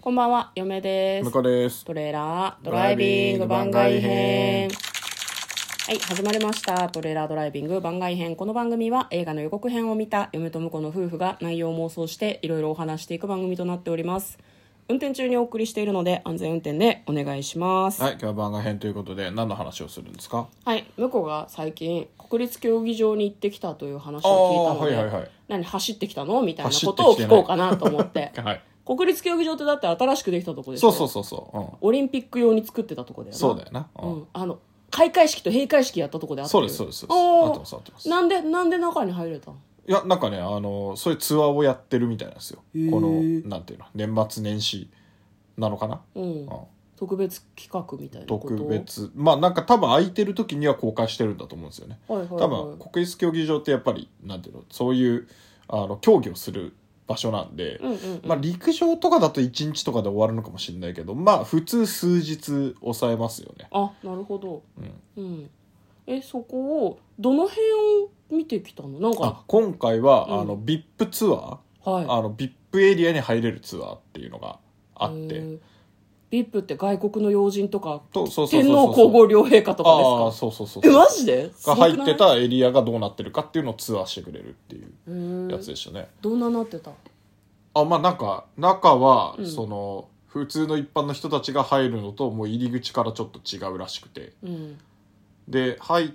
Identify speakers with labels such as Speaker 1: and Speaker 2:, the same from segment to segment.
Speaker 1: こんばんは、嫁です
Speaker 2: 向。こうです。
Speaker 1: トレーラードライビング番外編。はい、始まりました。トレーラードライビング番外編。この番組は映画の予告編を見た嫁と婿の夫婦が内容を妄想していろいろお話していく番組となっております。運転中にお送りしているので安全運転でお願いします。
Speaker 2: はい、今日は番外編ということで、何の話をするんですか
Speaker 1: はい、向こうが最近国立競技場に行ってきたという話を聞いたので、
Speaker 2: あーはいはいはい
Speaker 1: 何走ってきたのみたいな
Speaker 2: 走
Speaker 1: こ
Speaker 2: って
Speaker 1: とを
Speaker 2: きて
Speaker 1: 聞
Speaker 2: ない
Speaker 1: こうかなと思って。
Speaker 2: はい。
Speaker 1: 国立競技場ってだって新しくできたとこでし
Speaker 2: そ
Speaker 1: ょ
Speaker 2: うそうそうそう。うん。
Speaker 1: オリンピック用に作ってたとこだよな
Speaker 2: そうだよな。う。
Speaker 1: うんん、あの開会式と閉会式やったとこであった
Speaker 2: そうです、そうです。合
Speaker 1: あ
Speaker 2: ってます、合ってます。
Speaker 1: なんでなんで中に入れたの
Speaker 2: いや、なんかね、あの、そういうツアーをやってるみたいなんですよ。
Speaker 1: へえ
Speaker 2: この、なんていうの、年末年始なのかな、
Speaker 1: うん
Speaker 2: う、
Speaker 1: 特別企画みたいなんこと
Speaker 2: 特別。まあ、なんか多分空いてる時には公開してるんだと思うんですよね。
Speaker 1: はいはい、はい、
Speaker 2: 多分、国立競技場ってやっぱり、なんていうの、そういう、あの、競技をする場所なんで、
Speaker 1: うんうん、うん
Speaker 2: まあ、陸上とかだと1日とかで終わるのかもしれないけどまあ普通数日抑えますよね、
Speaker 1: あなるほど
Speaker 2: うん、
Speaker 1: うんえそこをどの辺を見てきたのなん
Speaker 2: あ
Speaker 1: か
Speaker 2: 今回は、
Speaker 1: うん
Speaker 2: あの VIP ツア
Speaker 1: はい
Speaker 2: ーあの VIP エリアに入れるツアーっていうのがあって
Speaker 1: ビップって外国の要人とか
Speaker 2: とそうそうそう
Speaker 1: 天
Speaker 2: そう
Speaker 1: 皇皇后両陛下と
Speaker 2: あ
Speaker 1: か
Speaker 2: あ
Speaker 1: ですか
Speaker 2: そうそうそう
Speaker 1: えマジで
Speaker 2: が入っ
Speaker 1: す
Speaker 2: て
Speaker 1: ごくない
Speaker 2: たエリアがどうなってるかっていうのをツアーしてくれるっていう
Speaker 1: へ
Speaker 2: や
Speaker 1: ー
Speaker 2: つでしたね、
Speaker 1: どんななってた
Speaker 2: あまあなんか中は、
Speaker 1: うん
Speaker 2: その普通の一般の人たちが入るのともう入り口からちょっと違うらしくて
Speaker 1: うん
Speaker 2: で入っ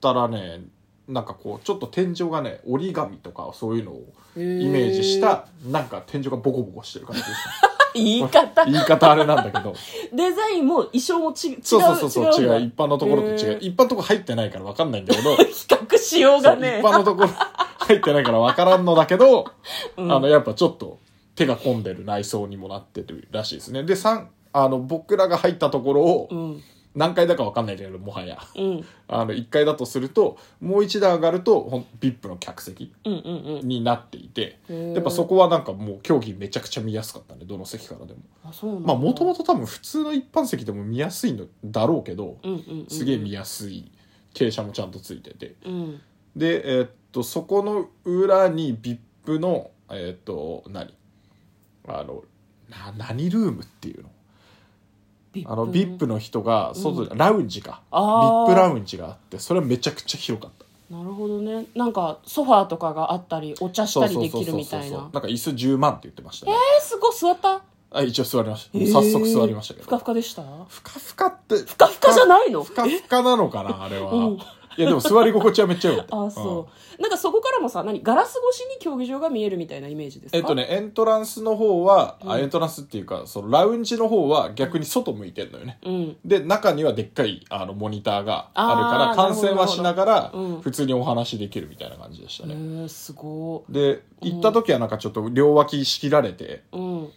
Speaker 2: たらねなんかこうちょっと天井がね折り紙とかそういうのを
Speaker 1: イ
Speaker 2: イメージしたなんか天井がボコボコしてる感じでした
Speaker 1: 言い方
Speaker 2: 言い方あれなん だけど
Speaker 1: デザインも衣装もち違う
Speaker 2: そうそうそうそう違
Speaker 1: 違
Speaker 2: う
Speaker 1: う
Speaker 2: 一般のところと違
Speaker 1: へー
Speaker 2: う一般のところ入ってないから分かんないんだ けど
Speaker 1: 比較しよう
Speaker 2: そう
Speaker 1: が
Speaker 2: 一
Speaker 1: ね
Speaker 2: 般のところ入ってないから分からんのだけど、
Speaker 1: うん
Speaker 2: あのやっぱちょっと手が込んでる内装にもなってるらしいですねでさんあの僕らが入ったところ
Speaker 1: う
Speaker 2: を
Speaker 1: ん
Speaker 2: 何階だか分かんないけどもはや
Speaker 1: うん
Speaker 2: あの1階だとするともう1段上がるとほん VIP の客席
Speaker 1: うんうん
Speaker 2: になっていて
Speaker 1: うん
Speaker 2: やっぱそこはなんかもう競技めちゃくちゃ見やすかったねどの席からでも
Speaker 1: あそうなんだ
Speaker 2: まあもともと多分普通の一般席でも見やすいのだろうけど
Speaker 1: うんうんうん
Speaker 2: すげえ見やすい傾斜もちゃんとついてて
Speaker 1: うん
Speaker 2: でえーっとそこの裏に VIP のえーっと何あのな何ルームっていうの
Speaker 1: ビ
Speaker 2: あの VIP の人が外で、ラウンジか
Speaker 1: あー
Speaker 2: VIP ラウンジがあってそれはめちゃくちゃ広かった
Speaker 1: なるほどねなんかソファーとかがあったりお茶したりできるみたい
Speaker 2: そうそうそうそう
Speaker 1: な
Speaker 2: なんか椅子10万って言ってましたね、
Speaker 1: えーすごい座った
Speaker 2: あ一応座りましたもう早速座りましたけ
Speaker 1: えーふか
Speaker 2: ど
Speaker 1: ふかでした
Speaker 2: ふかふかってふ
Speaker 1: かふかじゃないの
Speaker 2: ふかふかなのかなあれは、
Speaker 1: うん
Speaker 2: いやでも座り心地はめっちゃ良かっ た
Speaker 1: あそう、なんかそこからもさ何ガラス越しに競技場が見えるみたいなイメージですか
Speaker 2: えっとねエントランスの方は、
Speaker 1: う
Speaker 2: あ
Speaker 1: ん
Speaker 2: エントランスっていうかそのラウンジの方は逆に外向いてんのよね
Speaker 1: うん
Speaker 2: で中にはでっかいあのモニターがあ
Speaker 1: あー
Speaker 2: るから観戦はしながら
Speaker 1: るほどうん
Speaker 2: 普通にお話できるみたいな感じでした
Speaker 1: え
Speaker 2: ね、
Speaker 1: ー、すご
Speaker 2: で行った時はなんかちょっと両脇仕切られて
Speaker 1: いうん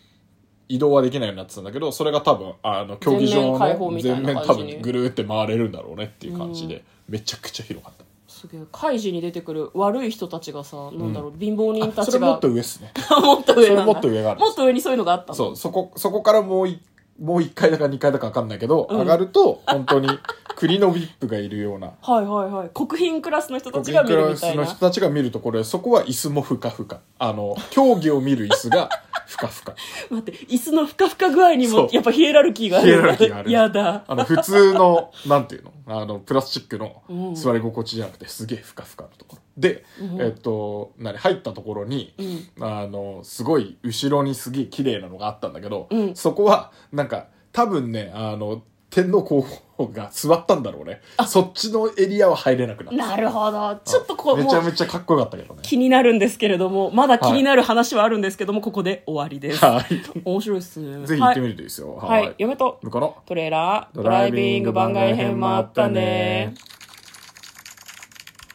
Speaker 2: 移動はできないようになってたんだけどそれが多分あの競技
Speaker 1: 全面
Speaker 2: 場
Speaker 1: 開放
Speaker 2: の
Speaker 1: みたいな
Speaker 2: 全面
Speaker 1: 感じ
Speaker 2: 多
Speaker 1: に
Speaker 2: 分ぐるーって回れるんだろうねっていう感じで、めちゃくちゃ広かった
Speaker 1: すげえ開示に出てくる悪い人たちがさなんだろう、貧乏人た
Speaker 2: あそ
Speaker 1: ち
Speaker 2: れも
Speaker 1: が
Speaker 2: っと上ですね
Speaker 1: もっと上なんだ
Speaker 2: それもっと上がある
Speaker 1: もっと上にそういうのがあったの
Speaker 2: そうそこそこからもういもう1回だか2回だか分かんないけど、上がると本当に国の VIP がいるような
Speaker 1: はいはいはい国賓クラスの人た
Speaker 2: 国
Speaker 1: ちが見
Speaker 2: ク
Speaker 1: る
Speaker 2: ラ
Speaker 1: みた
Speaker 2: ス
Speaker 1: い
Speaker 2: の
Speaker 1: な
Speaker 2: 人たちが見るところでそこは椅子もふかふかあの競技を見る椅子がふかふか
Speaker 1: 待って椅子のふかふか具合に
Speaker 2: そ
Speaker 1: も
Speaker 2: う
Speaker 1: やっぱヒエラルキーがある
Speaker 2: ヒエラルキーがある
Speaker 1: やだ
Speaker 2: あの普通の なんていうのあのプラスチックの
Speaker 1: うん
Speaker 2: 座り心地じゃなくてすげえふかふかのところで、
Speaker 1: うん
Speaker 2: えっと何入ったところに、
Speaker 1: うん
Speaker 2: あのすごい後ろにすげえ綺麗なのがあったんだけど、
Speaker 1: うん
Speaker 2: そこはなんか多分ねあの天皇皇后が座ったんだろうねそっちのエリアは入れなくなった
Speaker 1: なるほどちょっとこう
Speaker 2: め
Speaker 1: も
Speaker 2: ちゃ
Speaker 1: う
Speaker 2: めちゃかっこよかったけどね
Speaker 1: 気になるんですけれどもまだ気になる話はあるんですけども、ここで終わりです
Speaker 2: はい
Speaker 1: 面白いっすね
Speaker 2: ぜひ行ってみるといいですよ
Speaker 1: はい、はい、嫁と
Speaker 2: 向こうの
Speaker 1: トレーラード
Speaker 2: ド
Speaker 1: ラ
Speaker 2: ラ
Speaker 1: イ
Speaker 2: イ
Speaker 1: ビ
Speaker 2: ビ
Speaker 1: ン
Speaker 2: ン
Speaker 1: グ
Speaker 2: グ
Speaker 1: 番
Speaker 2: 番
Speaker 1: 外
Speaker 2: 外
Speaker 1: 編
Speaker 2: 編
Speaker 1: も
Speaker 2: も
Speaker 1: あ
Speaker 2: あ
Speaker 1: っ
Speaker 2: ったた
Speaker 1: ね
Speaker 2: ね